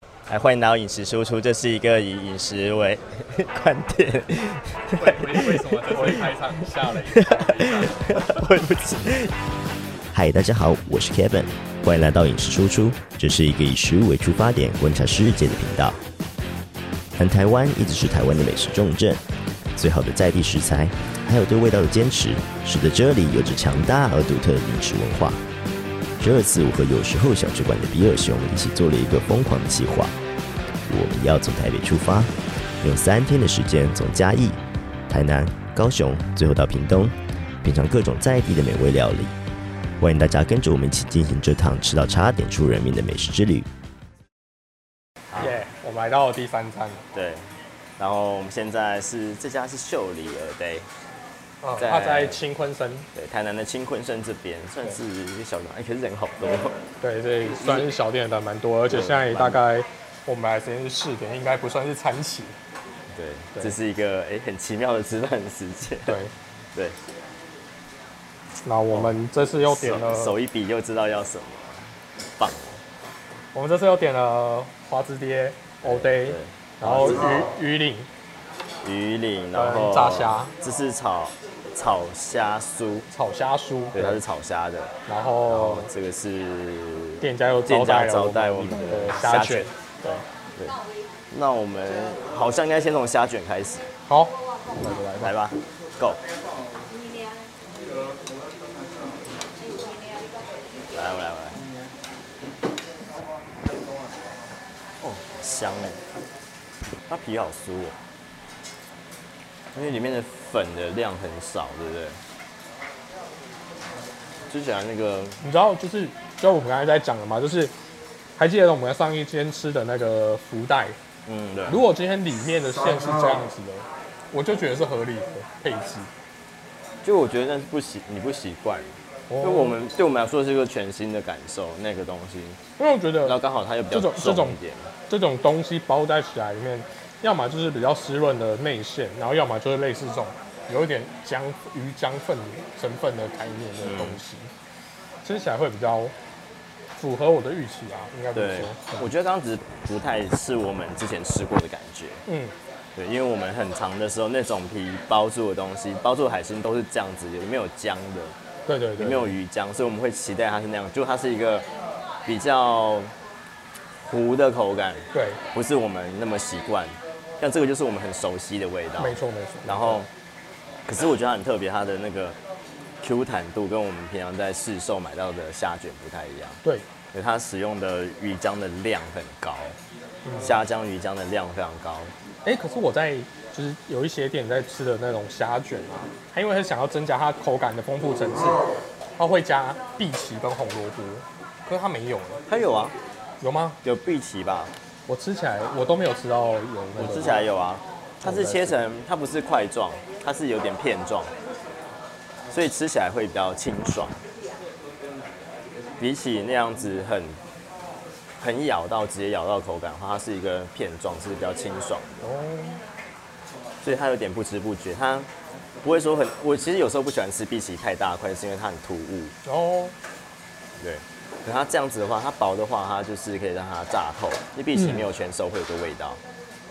来哎欢迎来到饮食输出，这是一个以饮食为 观点。为为为什么这次开场下了一个非常我也不知。嗨，大家好，我是 Kevin，欢迎来到饮食输出，这是一个以食物为出发点观察世界的频道。南台湾一直是台湾的美食重镇，最好的在地食材，还有对味道的坚持，使得这里有着强大而独特的饮食文化。这次我和有时候小吃馆的比尔熊一起做了一个疯狂的计划，我们要从台北出发，用三天的时间从嘉义、台南、高雄，最后到屏东，品尝各种在地的美味料理。欢迎大家跟着我们一起进行这趟吃到差点出人命的美食之旅。耶！我们来到第三餐了，对，然后我们现在是这家是秀里尔 day，嗯，在它在清坤生，对，台南的清坤镇这边算是一个小馆，哎，可是人好多。对，这算是小店的蛮多，而且现在大概我们来的时间是四点，应该不算是餐期。对，对这是一个哎很奇妙的吃饭时间。对，对，那我们这次又点手手了，一比就知道要什么，棒。我们这次又点了花枝爹、o day，对，然后鱼鱼鳞，鱼鳞，然后炸虾，这是炒炒虾酥，炒虾酥，对，它是炒虾的。然然后后这个是店家又店家招招待待我我们们的的虾虾卷卷，对，那我们好像应该先从虾卷开始，好，来吧，Go。来我来我来。哦，香哎，它皮好酥哦，因为里面的粉的量很少，对不对？就讲那个你知道就是就我们刚才在讲的嘛，就是还记得我们上一天吃的那个福袋，嗯对，如果今天里面的馅是这样子的，我就觉得是合理的配置。就我觉得那是不习你不习惯，哦对我们对我们来说是一个全新的感受，那个东西，因为我觉然后得刚好它又比较这种这重种一点，这种东西包在起来里面，要么就是比较湿润的内馅，然后要么就是类似这种有一点姜鱼姜粉成分的概念的东西，吃起来会比较符合我的预期啊，应该这么对说。，我觉得当时不太是我们之前吃过的感觉，嗯，对，因为我们很长的时候那种皮包住的东西，包住的海鲜都是这样子，里面有姜的，对对里对，面有鱼浆，所以我们会期待它是那样，就它是一个比较糊的口感，对，不是我们那么习惯，像这个就是我们很熟悉的味道，没错没错。然后，可是我觉得它很特别，它的那个 Q 弹度跟我们平常在市售买到的虾卷不太一样，对，所以它使用的鱼浆的量很高，虾浆鱼浆的量非常高。哎、可是我在就是有一些店在吃的那种虾卷啊，它因为它想要增加它口感的丰富层次，它会加碧琪跟红萝卜，可是它没有了，它有啊，有吗？有碧琪吧？我吃起来我都没有吃到有那个。我吃起来有啊，它是切成，它不是块状，它是有点片状，所以吃起来会比较清爽。比起那样子很很咬到直接咬到口感的话，它是一个片状，是比较清爽的。哦，所以它有点不知不觉，它不会说很。我其实有时候不喜欢吃碧琪太大块，是因为它很突兀。然后对，可它这样子的话，它薄的话，它就是可以让它炸透。因为碧琪没有全熟，会有个味道，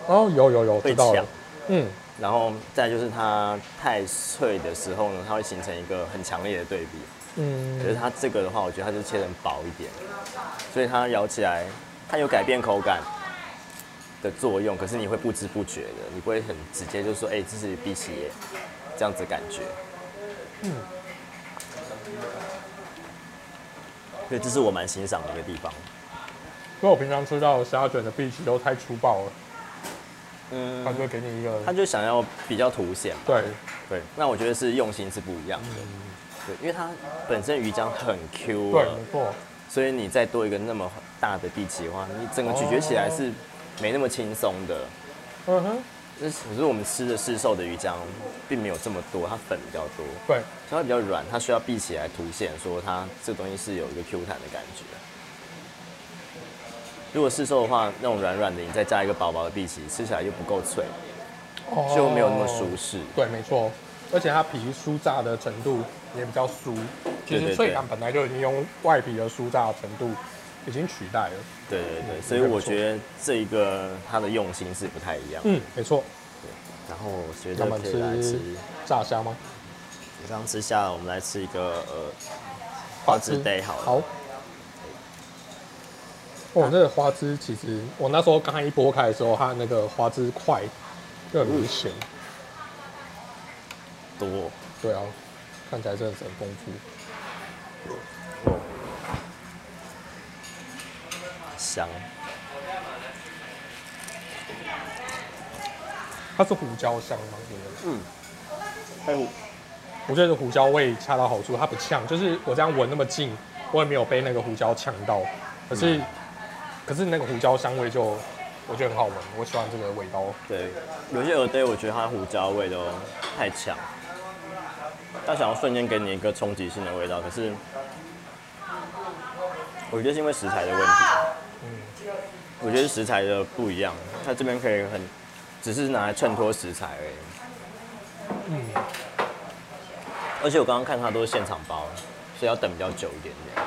然后哦有有有会嗯知道呛了。，嗯，然后再就是它太脆的时候呢，它会形成一个很强烈的对比。可是嗯，它这个的话，我觉得它就切成薄一点，所以它咬起来，它有改变口感的作用，可是你会不知不觉的，你不会很直接就说，哎、这是碧琪耶，这样子的感觉。嗯嗯。对，这是我蛮欣赏的一个地方。因为我平常吃到的虾卷的碧琪都太粗暴了，嗯它就会给你一个他就想要比较凸显吧。对对，那我觉得是用心是不一样的。对，因为它本身鱼浆很 Q 哦嗯对了，没错，所以你再多一个那么大的碧琪的话，你整个咀嚼起来是没那么轻松的。嗯哼，那可是我们吃的市售的鱼浆并没有这么多，它粉比较多，对，所以它比较软，它需要闭起来凸显说它这东西是有一个 Q 弹的感觉。如果市售的话，那种软软的，你再加一个薄薄的碧琪，吃起来又不够脆，哦就没有那么舒适。对，没错，而且它皮酥炸的程度也比较酥，对其对对实脆感本来就已经用外皮的酥炸的程度已经取代了。对对对，嗯所以我觉得这一个它的用心是不太一样。嗯，没错。然后我觉得那么可以来吃，吃炸虾吗？你刚吃下来，我们来吃一个呃花枝得好了好。哦，这个花枝其实我那时候刚才一剥开的时候，它那个花枝块就很明显。嗯多对啊，看起来真的是很丰富。香，它是胡椒香吗？你们还有我觉得胡椒味恰到好处，它不呛，就是我这样闻那么近，我也没有被那个胡椒呛到。可是，可是那个胡椒香味就我觉得很好闻，我喜欢这个味道。对，有些耳堆我觉得它胡椒味都太强，它想要瞬间给你一个冲击性的味道，可是我觉得是因为食材的问题，我觉得是食材的不一样，它这边可以很只是拿来衬托食材而已，嗯，而且我刚刚看它都是现场包，所以要等比较久一点点，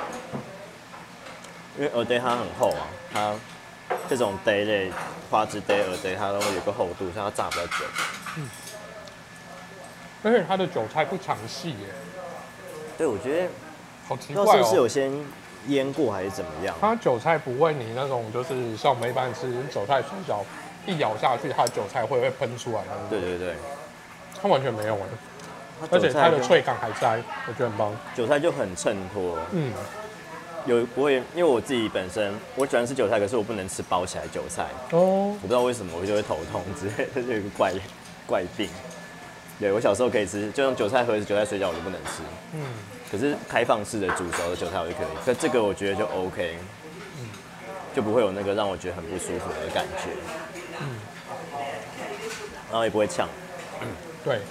因为耳堆它很厚啊，它这种 day 类花枝 day 耳堆它都会有一个厚度，所以它炸比较久。而且它的韭菜不抢戏耶，对，我觉得。好奇不知道怪是不是有哦。先腌过还是怎么样？它韭菜不会你那种，就是像我们一般吃韭菜水饺，一咬下去它的韭菜会会喷出来的那种，对对对，它完全没有哎，它而韭且它菜的就脆感还在，我觉得很棒。韭菜就很衬托，嗯，有不会，因为我自己本身我喜欢吃韭菜，可是我不能吃包起来韭菜，哦我，不知道为什么我就会头痛之类的，就有一个怪怪病。对我小时候可以吃，就像韭菜盒子、韭菜水饺我就不能吃，嗯，可是开放式的煮熟的韭菜我就可以，可这个我觉得就 OK，就不会有那个让我觉得很不舒服的感觉，然后也不会呛。对，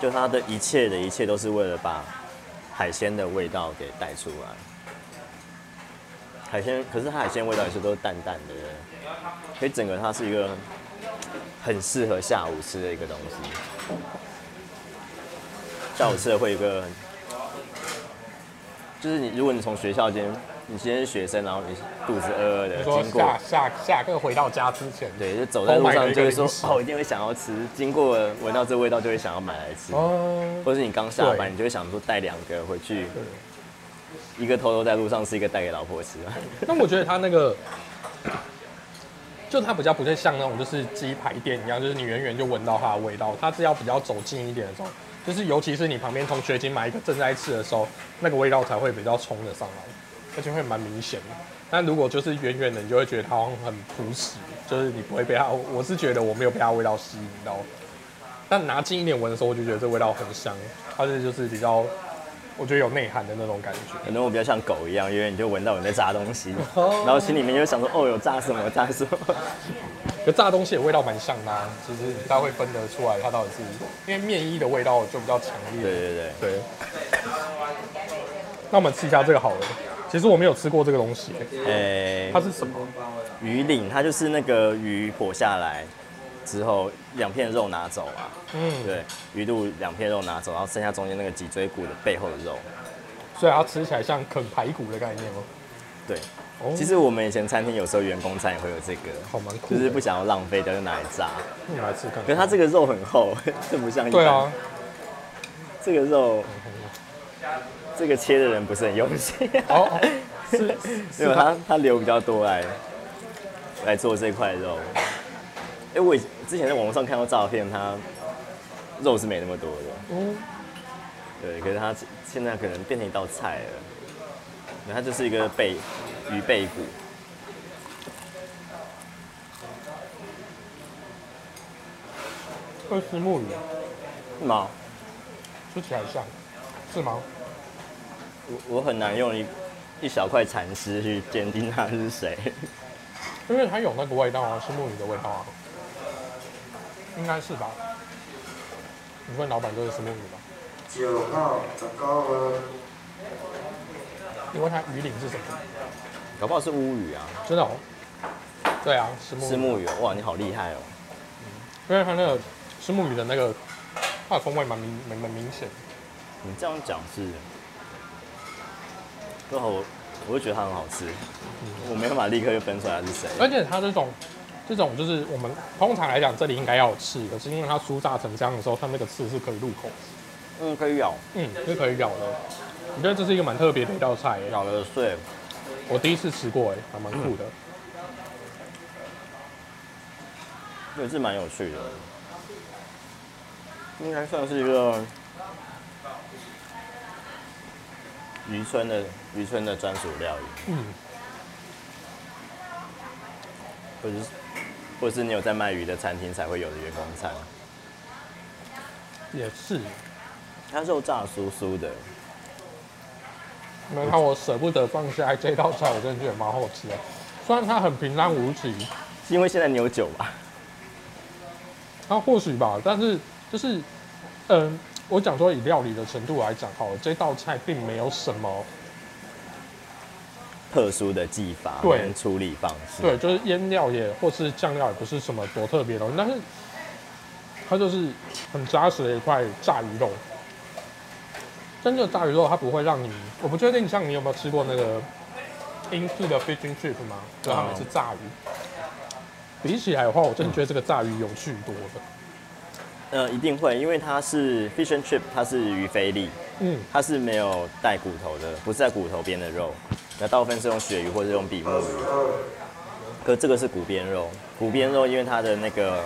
就它的一切的一切都是为了把海鲜的味道给带出来。海鲜，可是它海鲜味道也是都是淡淡的，所以整个它是一个很适合下午吃的一个东西。下午吃的会有一个，就是你如果你从学校今天你今天是学生，然后你肚子饿饿的你说经过，下下下课回到家之前，对，就走在路上就会说偷买了一个零食哦，一定会想要吃，经过了闻到这味道就会想要买来吃。哦，或是你刚下对班，你就会想说带两个回去，一个偷偷在路上吃，一个带给老婆吃。那我觉得它那个，就它比较不太像那种就是鸡排店一样，就是你远远就闻到它的味道，它是要比较走近一点的时候，就是尤其是你旁边同学已经买一个正在吃的时候，那个味道才会比较冲得上来，而且会蛮明显的。但如果就是远远的，你就会觉得它好像很朴实，就是你不会被它，我是觉得我没有被它味道吸引到。但拿近一点闻的时候，我就觉得这味道很香，而且就是比较，我觉得有内涵的那种感觉。可能我比较像狗一样，因为你就闻到你在炸东西，哦然后心里面就想说，哦，有炸什么炸什么。可炸东西的味道蛮像的、啊，其实大家会分得出来它到底是因为面衣的味道就比较强对烈。对对，对。那我们吃一下这个好了。其实我没有吃过这个东西、诶、它是什么？哎鱼鳞，它就是那个鱼剖下来之后，两片肉拿走啊，嗯，对，鱼肚两片肉拿走，然后剩下中间那个脊椎骨的背后的肉。所以它吃起来像啃排骨的概念吗？对，哦，其实我们以前餐厅有时候员工餐也会有这个，好蛮酷哦就的，是不想要浪费，就拿来炸。你来吃看看。可是它这个肉很厚， 这不像一般。对啊，这个肉，这个切的人不是很用心，哦， 哦是因是为它他他留比较多来来做这块肉。哎、我以之前在网络上看到照片，它肉是没那么多的，哦，对，可是它现在可能变成一道菜了。然后它就是一个背鱼背骨，二丝木鱼毛，吃起来像是吗？我我很难用一一小块蚕丝去鉴定它是谁。因为它有那个味道啊，是木鱼的味道啊，应该是吧？你问老板这是什么鱼吧？九号的高啊温，你问他鱼鳞是什么？搞不好是乌鱼啊，真的哦？对啊，石目鱼是木鱼哦，哇，你好厉害哦！因为它那个石目鱼的那个它的风味蛮明蛮蛮明显的。你这样讲是，刚好我我就觉得它很好吃，我没办法立刻就分出来它是谁。而且它这种这种就是我们通常来讲这里应该要有刺，可是因为它酥炸成这样的时候，它那个刺是可以入口，嗯，可以咬，嗯，是可以咬的。我觉得这是一个蛮特别的一道菜耶，咬了碎，我第一次吃过哎，还蛮酷的。也是蛮有趣的，应该算是一个渔村的渔村的专属料理，嗯，或者是或者是你有在卖鱼的餐厅才会有的员工餐。也是，它肉炸酥酥的，你们看我舍不得放下这道菜，我真的觉得蛮好吃的。虽然它很平淡无奇，是因为现在你有酒吧？它或许吧，但是就是，嗯、我讲说以料理的程度来讲，好了，这道菜并没有什么特殊的技法对跟处理方式，对，就是腌料也或是酱料也不是什么多特别的东西，但是它就是很扎实的一块炸鱼肉。真正的炸鱼肉它不会让你，我不确定像你有没有吃过那个英式的 fish and chip 吗？就他们是炸鱼。比起来的话，我真的觉得这个炸鱼有趣多了。呃，一定会，因为它是 fish and chip，它是鱼菲力，嗯，它是没有带骨头的，不是在骨头边的肉。那大部分是用鳕鱼或者用比目鱼，啊可这个是骨边肉。骨边肉因为它的那个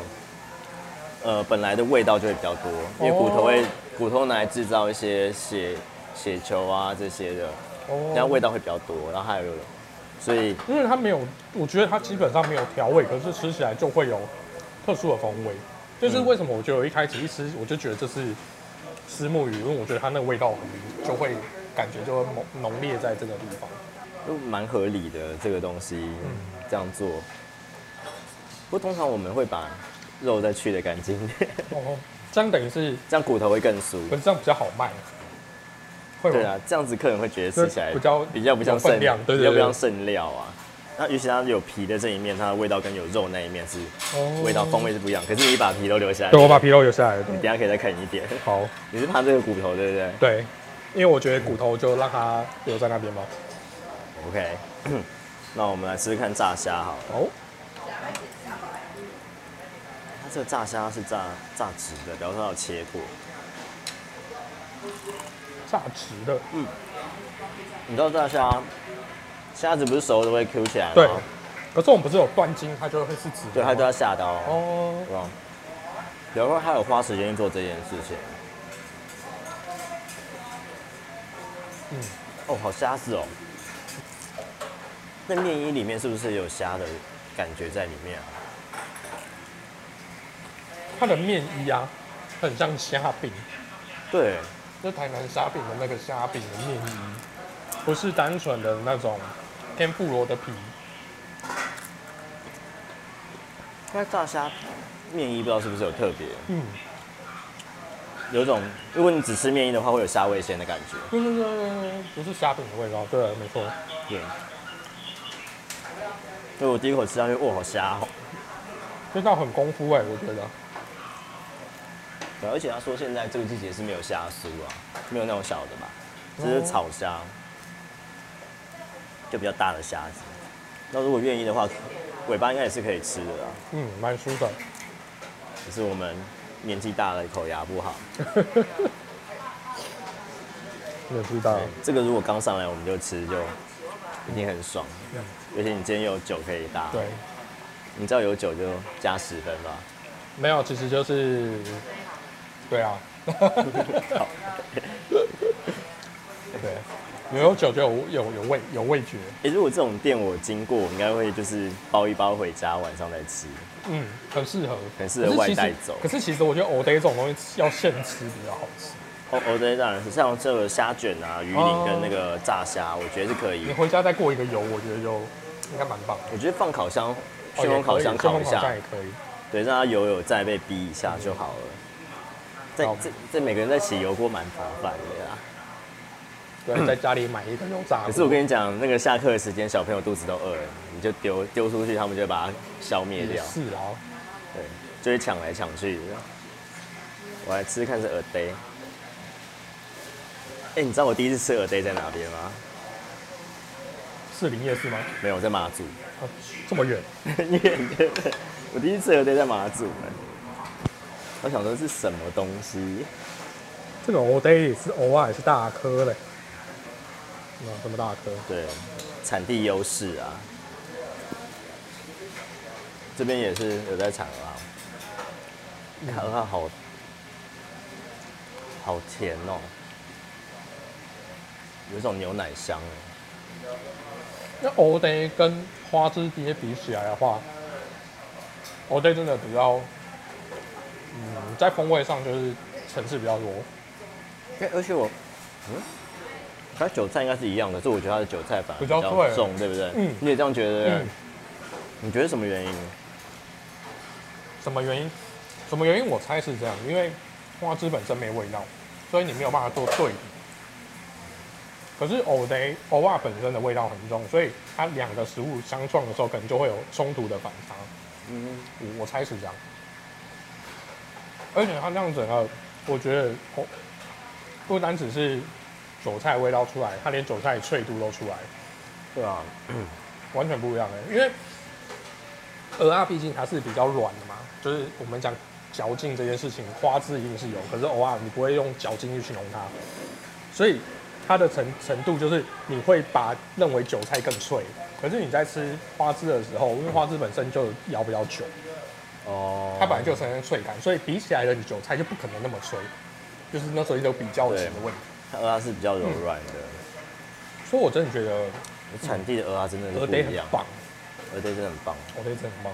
呃本来的味道就会比较多，因为骨头哦会、骨头拿来制造一些血血球啊这些的，哦然后味道会比较多，然后还有所以因为它没有，我觉得它基本上没有调味，可是吃起来就会有特殊的风味。就是为什么我觉得我一开始一吃我就觉得这是石目鱼，因为我觉得它那个味道很明就会感觉就会浓浓烈在这个地方。都蛮合理的这个东西嗯这样做。不过通常我们会把肉再去的干净 一点，哦，这样等于是，这样骨头会更酥。可是这样比较好卖，会对吗？啊，这样子客人会觉得吃起来比较比较不像有分剩量对比对较不对像剩料啊。那尤其它有皮的这一面，它的味道跟有肉那一面是哦味道风味是不一样。可是你把皮都留下来，对，我把皮肉留下来了。你等一下可以再啃一点。好， 你是怕这个骨头对不对对，因为我觉得骨头就让它留在那边嘛。 ？OK，那我们来试试看炸虾好了。好，它这个炸虾是炸炸直的，然后它有切过。炸直的，你知道炸虾虾子不是熟都会 Q 起来吗？对。可是我们不是有断筋，它就会是直啊的吗。对，它就要下刀。哦，对吧？然后他有花时间去做这件事情。嗯嗯，哦，好虾子哦。那面衣里面是不是有虾的感觉在里面啊？它的面衣啊，很像虾饼，对，就台南虾饼的那个虾饼的面衣，不是单纯的那种天妇罗的皮。那炸虾面衣不知道是不是有特别，嗯，有一种如果你只吃面衣的话，会有虾味鲜的感觉。不是不是虾饼的味道，对，没错。对。所以我第一口吃下去，哇，好虾哦！这道很功夫哎、我觉得。对而且他说现在这个季节是没有虾酥啊，没有那种小的吧，这是草虾，就比较大的虾子。那如果愿意的话，尾巴应该也是可以吃的啦。嗯，蛮舒的。只是我们年纪大了，口牙不好。也知道对，这个如果刚上来我们就吃，就一定很爽。嗯而且你今天有酒可以搭，对，你只要有酒就加十分吧。 没有，其实就是，对 啊，对，有有酒就有有有味有味觉，哎、如果这种店我经过，我应该会就是包一包回家，晚上再吃。嗯，很适合，很适合外带走可是其实可是其实我觉得 o day 这种东西要现吃比较好吃。哦哦，对，当然是像这个虾卷啊、鱼鳞跟那哦个炸虾，我觉得是可以你。回家再过一个油，我觉得就应该蛮棒的。我觉得放烤箱，哦旋风烤箱也可以烤一旋风烤下箱也，可以。对，让它油有再被逼一下就好了。在好这这每个人在洗油锅蛮麻烦的啦。对，啊在家里买一个油炸锅。可是我跟你讲，那个下课的时间，小朋友肚子都饿了，你就丢丢出去，他们就会把它消灭也掉，是啊，对，就会抢来抢去的。我来吃吃看是耳呆。哎、你知道我第一次吃耳呆在哪边吗？士林夜市吗？没有我在马祖， 啊，这么远，很远对不对我第一次有点在马祖、我想说是什么东西？这种 O day 也是偶尔也是大颗嘞。那这么大颗，对，产地优势啊，这边也是有在产啊，看它好，好甜哦，有一种牛奶香哎。那 O day 跟花枝爹比起来的话，O day 真的比较，嗯，在风味上就是层次比较多。因为哎而且我，嗯，它韭菜应该是一样的，所以我觉得它的韭菜反而比比较较脆重，对不对？嗯你也这样觉得？对不对嗯你觉得什么原因？什么原因？什么原因？我猜是这样，因为花枝本身没味道，所以你没有办法做对比。可是藕雷藕啊本身的味道很重，所以它两个食物相撞的时候，可能就会有冲突的反差。嗯，我我猜是这样。而且它这样整个，我觉得哦，不单只是韭菜味道出来，它连韭菜脆度都出来，对啊，完全不一样欸的。因为鹅啊毕竟它是比较软的嘛，就是我们讲嚼劲这件事情，花枝一定是有，可是偶尔你不会用嚼劲去形容它，所以它的程程度就是你会把认为韭菜更脆，可是你在吃花枝的时候，因为花枝本身就咬比较久，哦，它本来就有呈现脆感，所以比起来的韭菜就不可能那么脆，就是那时候一种比较级的问题。它鹅啊是比较柔嗯软的，所以我真的觉得产地的鹅啊真的是嗯不鹅得一很样，棒，鹅对真的很棒，鹅得真的很棒，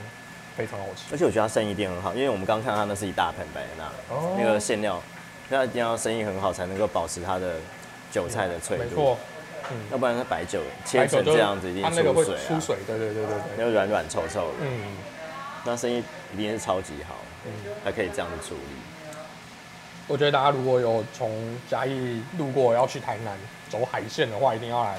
非常好吃而。且我觉得它生意一定很好，因为我们刚看到它那是一大盆摆在那，哦那个馅料，它一定要生意很好才能够保持它的韭菜的脆没度错，，要不然它白酒切白酒成就这样子一定它那个出会水出啊，水，对对对对对。那个软软稠稠的，嗯，那生意一定是超级好，才可以这样子处理。我觉得大家如果有从嘉义路过要去台南走海线的话，一定要来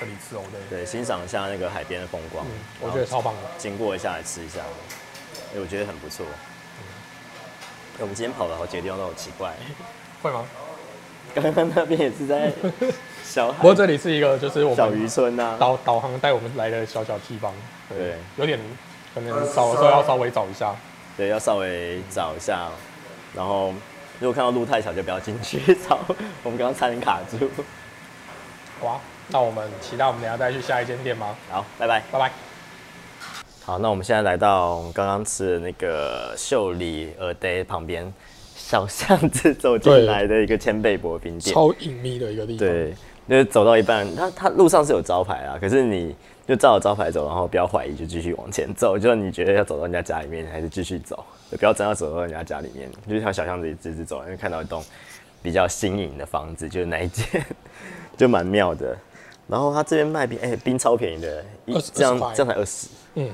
这里吃藕的。对，欣赏一下那个海边的风光嗯，，我觉得超棒的。经过一下来吃一下，哎我觉得很不错。嗯哎我们今天跑了好几个地方都好奇怪， 会吗？刚刚那边也是 在小海不过这里是一个就是我小们渔村呐、导导航带我们来的小小地方，对有点可能找的时候要稍微找一下。对，要稍微找一下，然后如果看到路太小就不要进去 找，我们刚刚差点卡住。好啊，那我们期待我们等一下再去下一间店吧，好，拜拜。拜拜。好，那我们现在来到我们刚刚吃的那个秀里鹅呆旁边小巷子走对进来的一个千贝薄冰店。超隐秘的一个地方，，对，就是走到一半，它它路上是有招牌啊，可是你就照着招牌走，然后不要怀疑，就继续往前走。就算你觉得要走到人家家里面，还是继续走，就不要真要走到人家家里面，就是条小巷子一直一直走，因为看到一栋比较新颖的房子，就是那一间， 就蛮妙的。然后它这边卖冰，哎、冰超便宜的，一20这样20块这样才二十，嗯，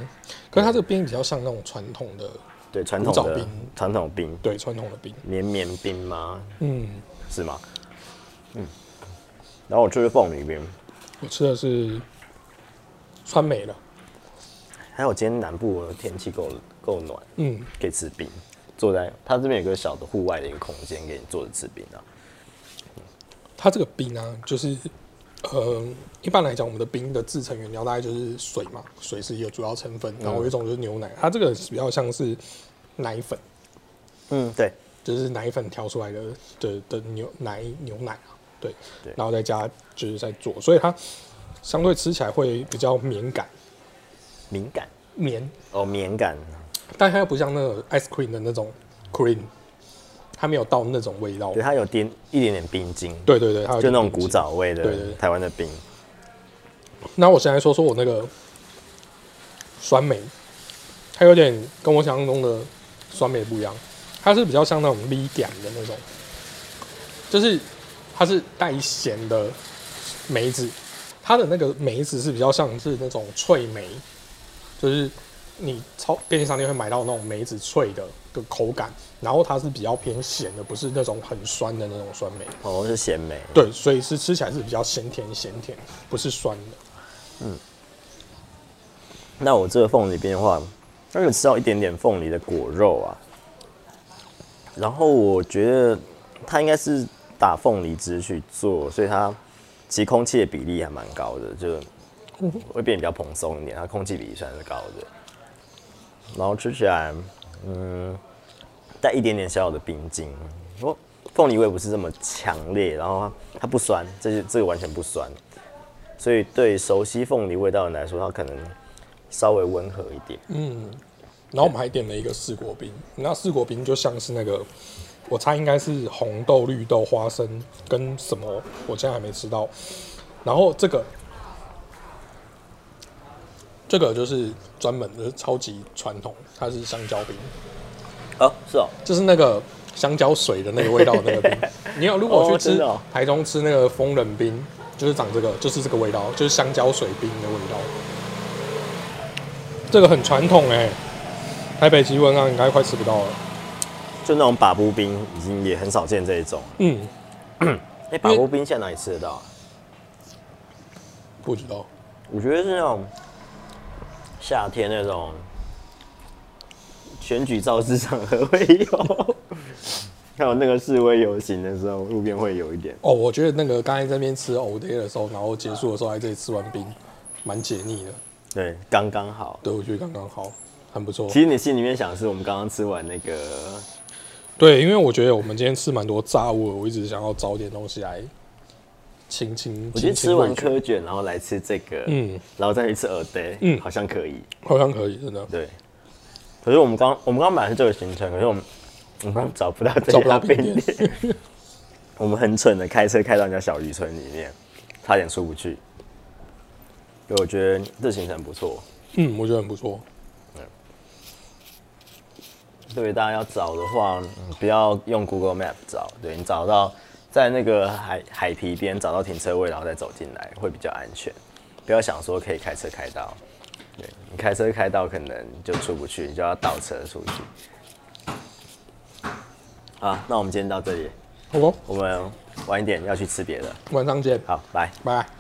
可是它这个冰比较像那种传统的，对，传古早统的冰传统冰，对，传统的冰，绵绵冰吗？嗯，是吗？嗯。然后我吃的是凤梨冰，我吃的是酸梅的，还有今天南部的天气够够暖，嗯，可以吃冰，坐在它这边有个小的户外的一个空间，给你坐着吃冰啊。它这个冰啊，就是呃，一般来讲，我们的冰的制成原料大概就是水嘛，水是一个主要成分，嗯然后有一种就是牛奶，它这个比较像是奶粉，嗯，对，就是奶粉调出来的的的牛奶牛奶啊，对，对然后再加就是在做，所以它相对吃起来会比较绵感敏感绵，哦，敏感，但它又不像那个 ice cream 的那种 cream，它没有到那种味道对，。它有点一点点冰晶，，对对对，它有就那种点古冰淇淋。早味的对对对台湾的冰，那我先来说说我那个酸梅，它有点跟我想象中的酸梅不一样，它是比较像那种 V 感的那种，就是它是带咸的梅子，它的那个梅子是比较像是那种脆梅，就是你超便利商店会买到那种梅子脆的的口感，然后它是比较偏咸的，不是那种很酸的那种酸梅。哦，是咸梅，对，所以是吃起来是比较咸甜咸甜，不是酸的。那我这个凤梨冰的话，它有吃到一点点凤梨的果肉啊。然后我觉得它应该是打凤梨汁去做，所以它其实空气的比例还蛮高的，就会变得比较蓬松一点，它空气比例算是高的。然后吃起来，嗯，带一点点小小的冰晶。不过凤梨味不是这么强烈，然后它它不酸，这是这个完全不酸，所以对熟悉凤梨味道的人来说，它可能稍微温和一点。嗯然后我们还点了一个四果冰，那四果冰就像是那个，我猜应该是红豆、绿豆、花生跟什么，我现在还没吃到。然后这个，这个就是专门的超级传统，它是香蕉冰，哦，是哦，就是那个香蕉水的那个味道的那个 冰。你有如果去哦真吃、的哦台中吃那个风冷冰，就是长这个，就是这个味道，就是香蕉水冰的味道。这个很传统哎、台北基本上应该快吃不到了。就那种把布冰已经也很少见这一种。 嗯，哎、把布冰现在哪里吃得到、啊？不知道。我觉得是那种夏天那种选举造势场合会有， 还有那个示威游行的时候，路边会有一点。哦，我觉得那个刚才在那边吃 o day 的时候，然后结束的时候来这里吃完冰，蛮解腻的。对，刚刚好。对，我觉得刚刚好，很不错。其实你心里面想的是，我们刚刚吃完那个，对，因为我觉得我们今天吃蛮多炸物的，我一直想要找点东西来清清。我觉得清清吃完味觉科卷，然后来吃这个，嗯嗯，然后再去吃耳呆，嗯，嗯好像可以。好像可以，真的对。可是我们刚我们刚本来是这个行程，可是我们我们刚找不到这找不家到冰便店。店， 我们很蠢的开车开到人家小渔村里面，差点出不去。所以我觉得这行程不错，嗯，我觉得很不错。对大家要找的话，嗯不要用 Google Map 找，对你找到在那个海海皮边找到停车位，然后再走进来会比较安全。不要想说可以开车开到，对你开车开到可能就出不去，你就要倒车出去。啊好，那我们今天到这里，好不好，我们晚一点要去吃别的。晚上见，好，拜。拜拜。